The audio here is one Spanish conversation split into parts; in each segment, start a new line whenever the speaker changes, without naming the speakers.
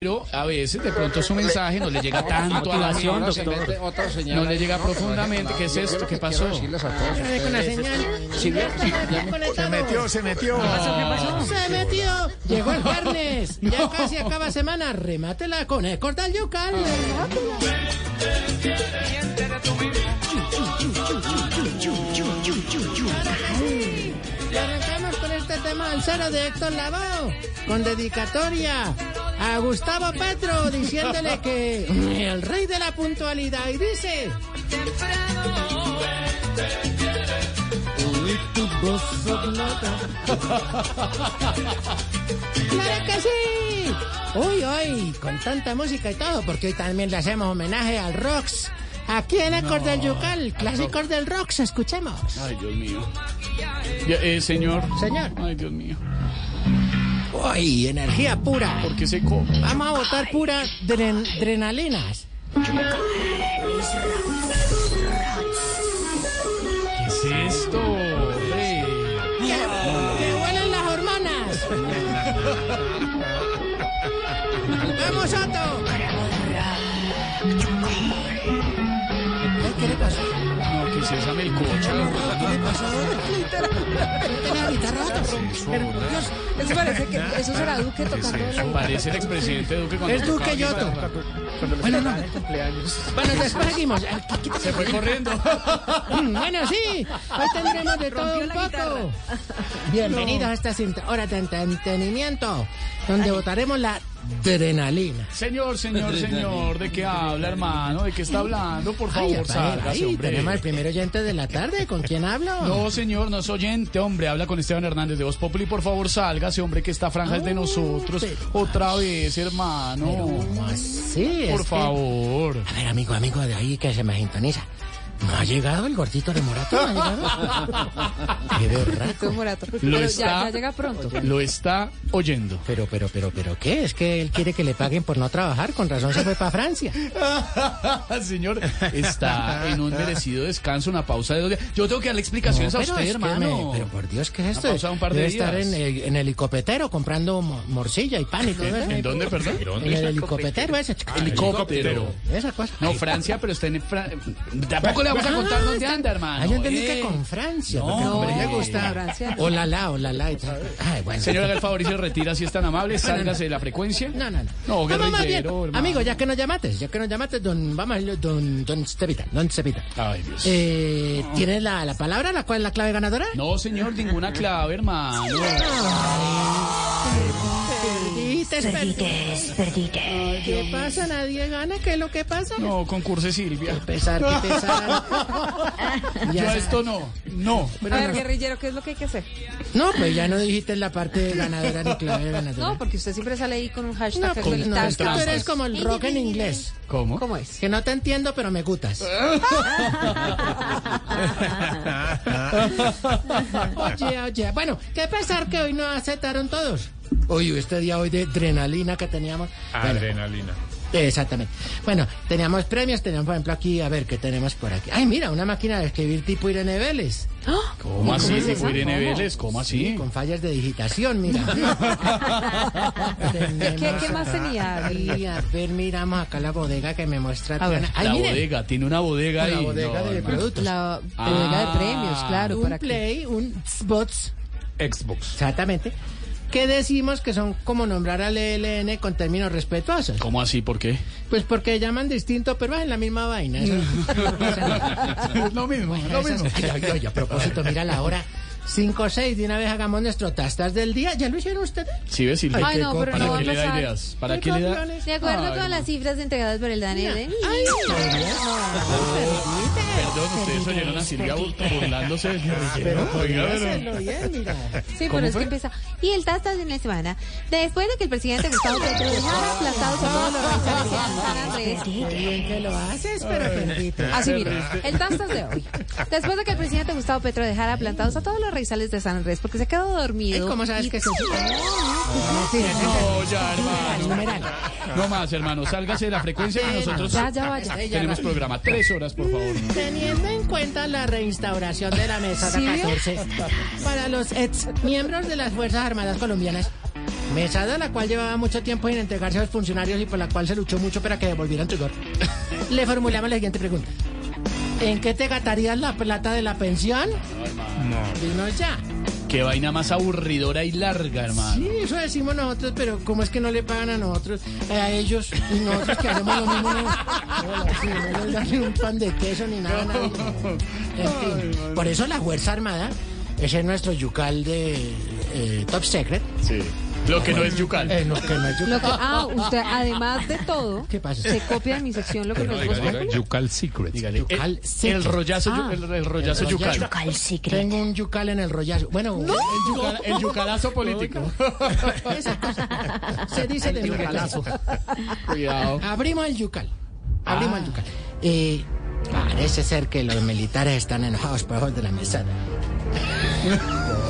Pero a veces de pronto su mensaje Ah, no le llega tanto a la
Motivación,
gente,
doctor.
no le llega profundamente. ¿Qué es esto? ¿Qué pasó?
Con la señal. Se metió, se metió. Se metió. Llegó el viernes. Ya casi acaba semana. Remátela con el cordal yucal. Arrancamos con este tema al cero de Héctor Lavoe, con dedicatoria a Gustavo Petro, diciéndole que el rey de la puntualidad. Y dice... ¡Claro que sí! Uy, hoy, con tanta música y todo, porque hoy también le hacemos homenaje al Rox. Aquí en el Cordel Yucal, clásicos del Rox, escuchemos.
Ay, Dios mío. Ya, eh, señor.
Señor.
Ay, Dios mío.
Uy, energía pura.
¿Por qué se come?
Vamos a votar pura dren- adrenalinas.
¿Qué es esto? hombre?
¡Que, que vuelen las hormonas! ¡Vamos, Otto! Ay, ¿Qué le pasó?
No, que es esa melcocha?
¿Qué le guitarra, Otto?
Dios, eso parece que eso será Duque tocando.
Parece el expresidente Duque cuando
Es Duque
tocaba
y Otto.
guitarra.
Bueno, no. Bueno, después seguimos. Ah, quí- quí-
Se fue corriendo.
Mm, Bueno, sí, hoy tendremos de todo un poco. Bienvenidos a esta cinta- hora de entretenimiento, donde votaremos la adrenalina.
Señor, señor, señor, ¿de qué habla, hermano? ¿De qué está hablando? Por
Ay,
favor,
apa,
sálgase,
ahí tenemos al
hombre.
primer oyente de la tarde, ¿con quién hablo?
No, señor, no es oyente, hombre. Habla con Esteban Hernández de Voz Populi. Por favor, sálgase, hombre, que esta franja es de nosotros.
pero-
Otra vez, hermano.
Sí, es
Por
que-
favor.
A ver, amigo, amigo de ahí que se me sintoniza. ¿No ha llegado el gordito de Morato? ¿No ha llegado? Qué berraco.
Esto es Morato.
Lo
Pero
está.
ya, ya llega pronto.
Lo está oyendo.
Pero, pero, pero, pero, ¿qué? Es que él quiere que le paguen por no trabajar, con razón se fue para Francia.
Señor, está en un merecido descanso, una pausa de dos días. Yo tengo que darle explicaciones a
Pero
usted,
es que
hermano.
me- pero por Dios, ¿qué es esto?
Ha pasado un par de
Debe estar
días.
en el, en el helicopetero comprando mo- morcilla y pan y todo eso.
¿En dónde, perdón?
En el helicopetero, ese.
Helicóptero.
Esa cosa.
No, Francia, pero está en Fran- Tampoco le vamos a contar dónde anda, hermano.
Ay, yo entendí
Eh,
que con Francia. porque
No,
como le
hombre.
gusta.
Francia no.
Hola, la, hola, la. y tal. Ay, bueno.
Señor, haga el favor y se retira si es tan amable. Sálgase de la frecuencia.
No, no, no.
No,
Vamos más bien.
guerrillero, hermano.
Amigo, ya que nos llamaste, ya que nos llamaste, don, vamos, a- don, don Estevita, don Estevita.
Ay, Dios.
Eh, ¿Tienes la, la palabra, la cual la clave ganadora?
No, señor, ninguna clave, hermano.
Perdites, perdites.
Perdites, perdites.
¿Qué pasa? Nadie gana, ¿qué es lo que pasa?
No, concurse Silvia.
Pesar, qué pesar. Ya
Yo a
sabes.
esto no. No.
A ver, guerrillero, ¿qué es lo que hay que hacer?
No, pues ya no dijiste la parte de ganadora ni clave ganadora.
No, porque usted siempre sale ahí con un hashtag.
No,
que
pues,
con
no,
tal
es que tú
cosa.
eres como el rock en inglés.
¿Cómo?
¿Cómo es?
Que no te entiendo, pero me gustas. Oye, oye. Bueno, qué pesar que hoy no aceptaron todos. Oye, este día hoy de adrenalina que teníamos. Bueno,
Adrenalina.
Exactamente. Bueno, teníamos premios, teníamos, por ejemplo, aquí, a ver, ¿qué tenemos por aquí? Ay, mira, una máquina de escribir tipo Irene Vélez,
¿Cómo así? Tipo Irene Vélez, ¿cómo así?
con fallas de digitación, mira.
¿Qué,
Tenemos
qué más tenía?
aquí, a ver, miramos acá la bodega que me muestra.
A ver.
Ay,
la
miren,
bodega, tiene una bodega ahí.
la bodega
No, Ah.
de
hermano.
productos.
La bodega de premios, claro.
un
¿para qué?
Play, un Xbox,
Xbox.
exactamente, que decimos que son como nombrar al ELN con términos respetuosos.
¿Cómo así? ¿Por qué?
Pues porque llaman distinto, pero es la misma vaina. eso.
lo mismo,
Esas- Ay, ay, ay, a propósito, mira la hora. 5 o 6, de una vez hagamos nuestro tastas del día. ¿Ya lo hicieron ustedes?
Sí, ve, Silvia.
Ay, no, pero
¿Para
no va
qué
a
le da
pasar.
ideas? ¿Para
Ay,
qué le da?
campeones.
De acuerdo
Ay,
con
no.
las cifras entregadas por el DANE,
Ay,
Perdón, ustedes
este
oyeron a Silvia bu- burlándose del guerrillero. Oiga, pero-
Hacerlo bien, mira.
sí, pero es que empieza. Y el TAS en la semana. Después de que el presidente Gustavo Petro dejara aplastados a todos los manchanes en San Andrés,
Muy bien que lo haces, pero bendito.
Ah,
Así, mira,
El Tastas de hoy. Después de que el presidente Gustavo Petro dejara plantados a todos los raizales de San Andrés porque se quedó
Ay,
dormido.
¿Cómo sabes
y-
que se Ah, Sí,
No, ya, hermano.
numeral.
No más, hermano. Sálgase de la frecuencia que nosotros
Ya, ya, vaya.
tenemos programa. Tres horas, por favor.
Teniendo en cuenta la reinstauración de la mesa
¿Sí?
14 para los ex miembros de las Fuerzas Armadas Colombianas, Mesada, la cual llevaba mucho tiempo sin entregarse a los funcionarios y por la cual se luchó mucho para que devolvieran rigor. Le formulamos la siguiente pregunta. ¿En qué te gastarías la plata de la pensión? Dinos ya.
Qué vaina más aburridora y larga, hermano.
Sí, eso decimos nosotros, pero ¿cómo es que no le pagan a nosotros, eh, a ellos y nosotros que hacemos lo mismo? No, Hola, sí, no les dan ni un pan de queso ni nada. a nadie. En fin, por eso la Fuerza Armada, ese es nuestro yucal de eh, Top Secret.
Sí. Lo que no es yucal.
Eh, no, que no es
Lo
yucal.
que- ah, usted, además de todo,
¿Qué pasa?
se copia de mi sección lo que nos gusta.
Yucal Secret.
Dígale, el,
Yucal seco.
el rollazo, yu-
Ah.
el, el rollazo
El
yucal.
rollazo. Tengo un yucal en el rollazo. Bueno,
El, yucal- el yucalazo político.
esa cosa se dice de yucalazo.
Cuidado.
Abrimos el yucal. Abrimos el yucal. Y parece ser que los militares están enojados por ojos de la mesada.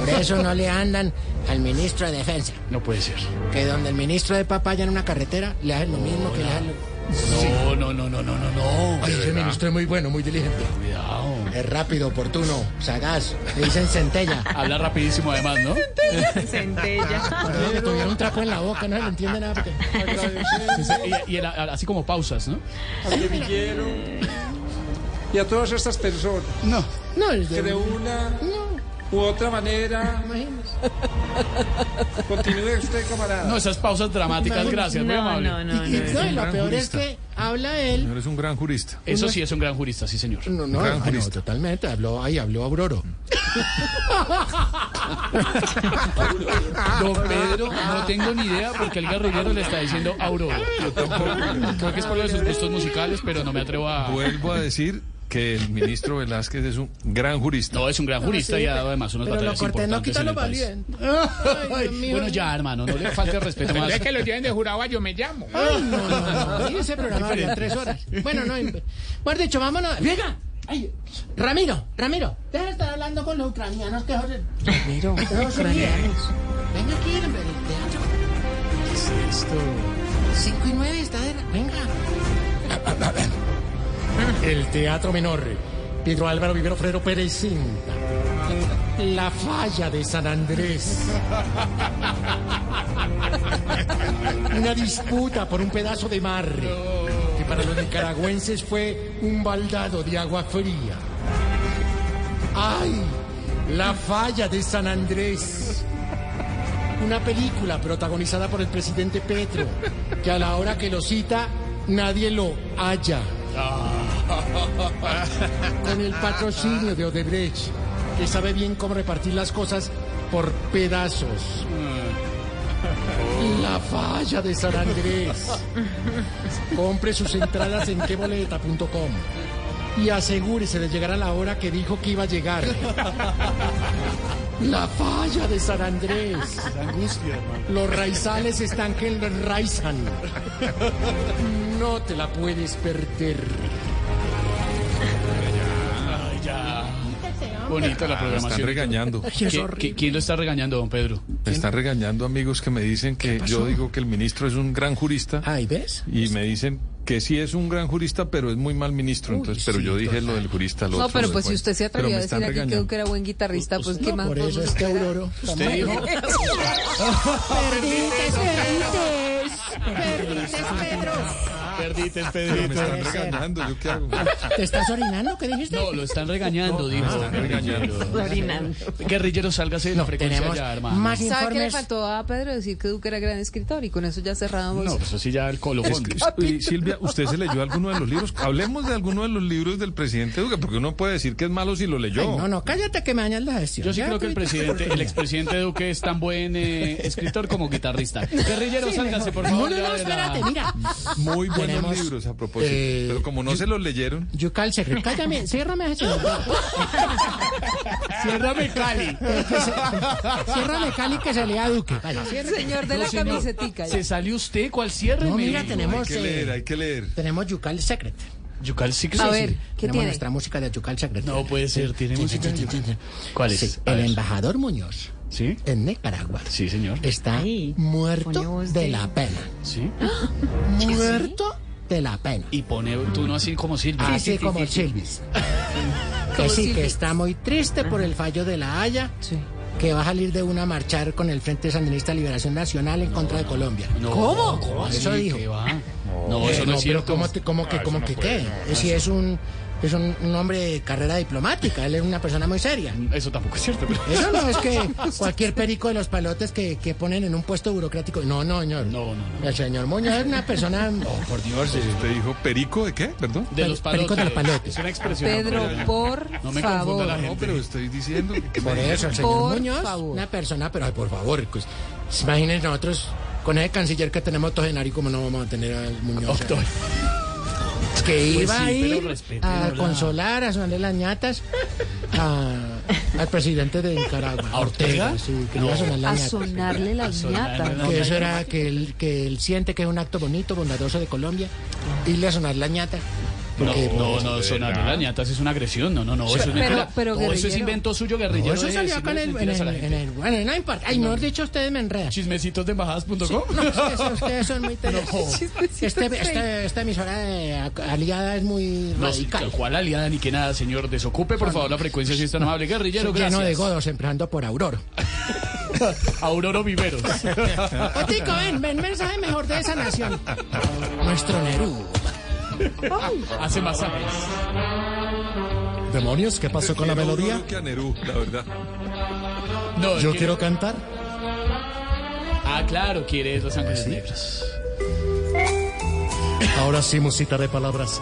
Por eso no le andan al ministro de Defensa.
No puede ser.
Que donde el ministro de papaya en una carretera le hacen lo mismo que le hacen.
No, no, no, no, no, no, no.
ese ministro es muy bueno, muy diligente.
Cuidado.
Es rápido, oportuno, sagaz. Le dicen centella.
Habla rapidísimo además, ¿no?
Parece que tuviera un trapo en la boca, no se le entiende nada. porque-
Y, y el- así como pausas, ¿no?
y a todas estas personas
No.
No, el
que
de-
de una u otra manera continúe usted camarada
No, esas pausas dramáticas, gracias, muy amable.
Y, y- no, y lo peor es que habla él.
Eres un gran jurista.
Eso sí es un gran jurista, sí, señor.
No, no, ah, no, totalmente. Habló, ahí habló Auroro.
Don Pedro, no tengo ni idea porque el garrullero le está diciendo Aurora. Creo que es por lo de sus gustos musicales, pero no me atrevo a.
Vuelvo a decir que el ministro Velázquez es un gran jurista.
No, es un gran jurista y ha dado además unas
Pero lo
batallas
corté, no
importantes
quita
en
lo
el país.
valiente.
Ay, Bueno, ya, hermano, no le falte el respeto más.
Es que lo tienen de jurado a yo me llamo.
Ay, no, no, no. Y ese programa duraría tres horas. Bueno, no. imp- Bueno, dicho, vámonos. Venga. Ay, Ramiro, Ramiro, deja de estar hablando con los ucranianos. Que... Ramiro, Venga aquí, hombre, del teatro. ¿Qué es esto? Cinco y nueve está de... Venga. El Teatro Menor. Pedro Álvaro Vivero Frero Pérez Cinta. La falla de San Andrés. Una disputa por un pedazo de mar que para los nicaragüenses fue un baldado de agua fría. ¡Ay! La falla de San Andrés. Una película protagonizada por el presidente Petro, que a la hora que lo cita, nadie lo halla. Con el patrocinio de Odebrecht, que sabe bien cómo repartir las cosas por pedazos. La falla de San Andrés. Compre sus entradas en queboleta.com y asegúrese de llegar a la hora que dijo que iba a llegar. La falla de San Andrés. Los raizales están que raizan. No te la puedes perder.
Ay, ya. Bonita la
Me Ah, están
programación.
regañando.
¿Qui- qui- ¿Quién lo está regañando, don Pedro?
Me están regañando amigos que me dicen que yo digo que el ministro es un gran jurista
Ah,
Ay, ¿ves?
y me dicen que sí es un gran jurista, pero es muy mal ministro. entonces, pero yo dije lo del jurista. Lo
No,
otro
pero
lo
pues
fue.
si usted se
Pero
atrevió
me
a
están
decir aquí que
regañando.
Duque era buen guitarrista, pues qué más.
Por eso
vamos a
este Auroro.
Usted dijo. Perdiste,
Pero me
Pedrito.
están regañando. ¿Yo qué hago?
¿Te estás orinando? ¿Qué dijiste?
No, lo están regañando, dijo.
están regañando.
Guerrillero, sálgase de la frecuencia
Tenemos
ya, hermano.
más
¿Sabe qué le
informes.
faltó a Pedro decir que Duque era gran escritor? Y con eso ya cerramos.
No, pues así ya el
Es
colofón.
que- y Silvia, ¿usted se leyó alguno de los libros? Hablemos de alguno de los libros del presidente Duque, porque uno puede decir que es malo si lo leyó.
Ay, no, no, cállate que me dañas la gestión.
Yo sí
Ya
creo que el
tuviste
presidente, el
oportunidad.
expresidente Duque es tan buen eh, escritor como guitarrista. Guerrillero, sálgase, por
No,
favor.
no,
ya
no,
de la-
espérate, mira.
Muy buenos
Tenemos,
libros a propósito.
eh,
pero como no se los leyeron,
Yucal Secret. Cállame, ciérrame ese señor.
Ciérrame Cali.
Ciérrame Cali que se lea a Duque. Vaya,
El señor de la camisetica.
¿Se salió usted? ¿Cuál cierre?
No, mira,
hay
tenemos,
que
eh,
leer, hay que leer.
tenemos Yucal Secret.
Yucal sí que
A
sí.
ver, ¿qué
tenemos
tiene?
nuestra música de Yucal Secret.
No puede ser, tiene
Sí,
música.
sí, sí, sí.
¿Cuál es?
Sí,
A
el
ver.
embajador Muñoz
¿Sí?
en Nicaragua
Sí, señor.
está muerto
Muñoz
de
de- ¿Ah,
la pena.
Sí.
Muerto de la pena.
Y pone tú no así como Silvia.
Así Ah, como Silvis. Que sí, que
Silvis.
está muy triste por el fallo de La Haya.
Sí.
que va a salir de una a marchar con el Frente Sandinista de Liberación Nacional en contra de Colombia.
¿Cómo? ¿Cómo
Eso
así?
dijo.
¿Qué va? No,
Eh,
eso no,
no,
es
pero
cierto.
¿cómo, te-
Ah,
cómo que, cómo que qué? si es un, es un, un hombre de carrera diplomática, él es una persona muy seria.
Eso tampoco es cierto. pero-
Eso no es que cualquier perico de los palotes que, que ponen en un puesto burocrático. No, no, señor.
No, no,
El señor Muñoz es una persona...
Por Dios, ¿usted dijo perico de qué? Perdón.
De los palotes.
Perico de los palotes.
Es una expresión.
Pedro, por
No me confunda
favor.
la
No,
gente.
pero estoy diciendo que- que...
Por eso, el señor
Por
Muñoz,
favor.
una persona, pero ay, por favor, pues, imagínense nosotros con ese canciller que tenemos Togenari, como no vamos a tener al Muñoz? O sea,
Doctor.
que iba
Pues sí,
a
pero
ir
respeten,
a
hola.
consolar, a sonarle las ñatas a- al presidente de Nicaragua.
¿A Ortega?
Sí, que le iba a sonar las
A
ñatas.
sonarle las ñatas.
Que eso era que él, que él siente que es un acto bonito, bondadoso de Colombia, irle a sonar la ñata.
No,
Porque,
pues,
no, no, sonarle las ñatas es una agresión. No, no, no, eso es
Pero-
mentira.
pero
Todo eso es
guerrillero.
invento suyo,
pues,
guerrillero.
eso
de
salió acá en
decirles
el, en
mentiras a la
el- en
gente.
el- Bueno, no importa. Ay, mejor dicho, ustedes me enredan.
Chismecitos de embajadas.com.
No, ustedes, ustedes son muy terribles. Este, este- esta emisora de a- aliada es muy
No,
radical.
¿Cuál aliada ni que nada, señor? Desocupe, por favor, la frecuencia si es tan amable. Guerrillero,
lleno de
gracias.
godos, empezando por Aurora.
Auroro Viveros.
Otico, ven, ven, mensaje mejor de esa nación. Nuestro Nerú.
Hace masacres.
Demonios, ¿qué pasó con la
Prefiero
melodía?
Oruro que a Nerú, la verdad.
No,
Yo
¿quiere-
quiero cantar.
Ah, claro, quieres los
¿Ah,
ángeles negros.
Ahora sí, musita de palabras.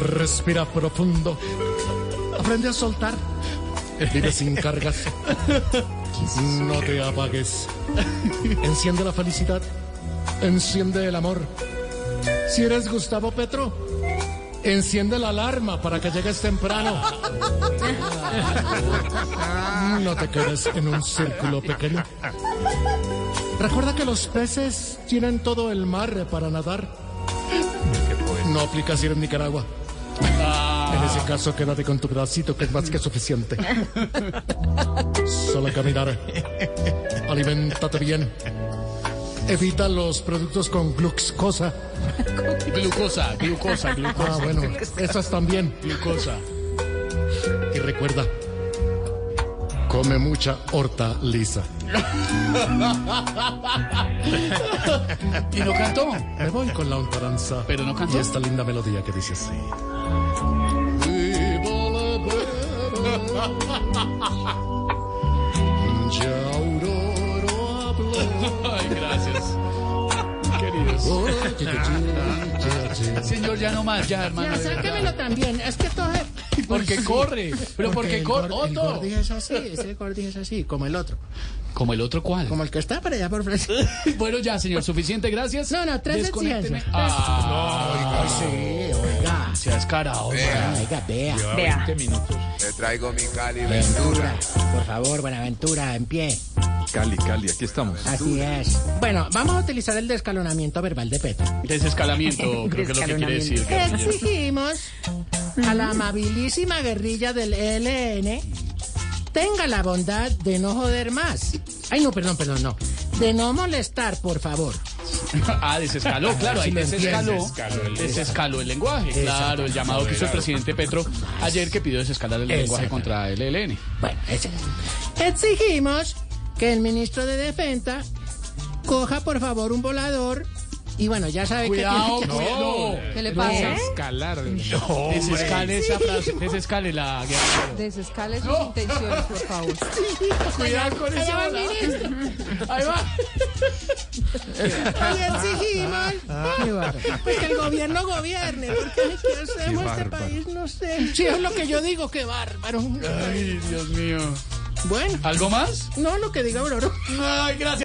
Respira profundo. Aprende a soltar. Vive sin cargas. No te apagues. Enciende la felicidad. Enciende el amor. Si eres Gustavo Petro, enciende la alarma para que llegues temprano. No te quedes en un círculo pequeño. Recuerda que los peces tienen todo el mar para nadar. No aplicas ir en Nicaragua.
Ah.
En ese caso, quédate con tu pedacito, que es más que suficiente. Solo caminar. Alimentate bien. Evita los productos con glucosa.
Glucosa, glucosa,
Ah,
glucosa,
bueno, esas también.
glucosa.
Y recuerda, come mucha horta lisa.
Y no cantó.
Me voy con la hontaranza.
Pero no cantó.
Y esta linda melodía que dice así. Ya Aurora habló.
Ay, gracias. Queridos.
Oye, que sí, ya, ya.
Señor, ya no más, ya, hermano.
Ya,
de verdad.
sáquemelo también. Es que todo es...
Porque corre. Pero porque
el
corre.
gor- el
Otto.
Gordi es así, ese Gordi es así, como el otro.
Como el otro cual.
Como el que está para allá por Francia.
Bueno, ya, señor, suficiente, gracias.
No, no, tres
Desconécteme.
exigencias.
Ah,
Sí, oiga,
se ha descarado.
oiga, vea.
Vea.
Me traigo mi Cali
Ventura, por favor, Buenaventura, en pie.
Cali, Cali, aquí estamos.
Así es. Bueno, vamos a utilizar el descalonamiento verbal de Petro.
Desescalamiento, creo que es lo que quiere decir. guerrillero.
Exigimos a la amabilísima guerrilla del ELN tenga la bondad de no joder más. Ay, no, perdón, perdón, no. De no molestar, por favor.
Ah, desescaló, claro, ahí
Si lo
desescaló,
entiendes.
desescaló el, lenguaje, claro, el llamado que hizo el presidente Petro ayer que pidió desescalar el lenguaje
Exacto.
contra el ELN.
Bueno, ese. Exigimos que el ministro de Defensa coja, por favor, un volador. Y bueno, ya sabe
Cuidado,
que... tiene que-
cuidado.
¿Qué le pasa?
Escalar.
Desescale esa frase, desescale la guerra.
Desescale sus intenciones, por favor.
Cuidado con
Allá va el
bala.
ministro.
Ahí va.
Y exigimos pues, que el gobierno gobierne, porque ay, ¿qué hacemos este
bárbaro.
país? No sé. Sí, es lo que yo digo, qué bárbaro.
Ay, Dios mío.
Bueno,
¿Algo más?
no lo que diga Aurora.
Ay, gracias.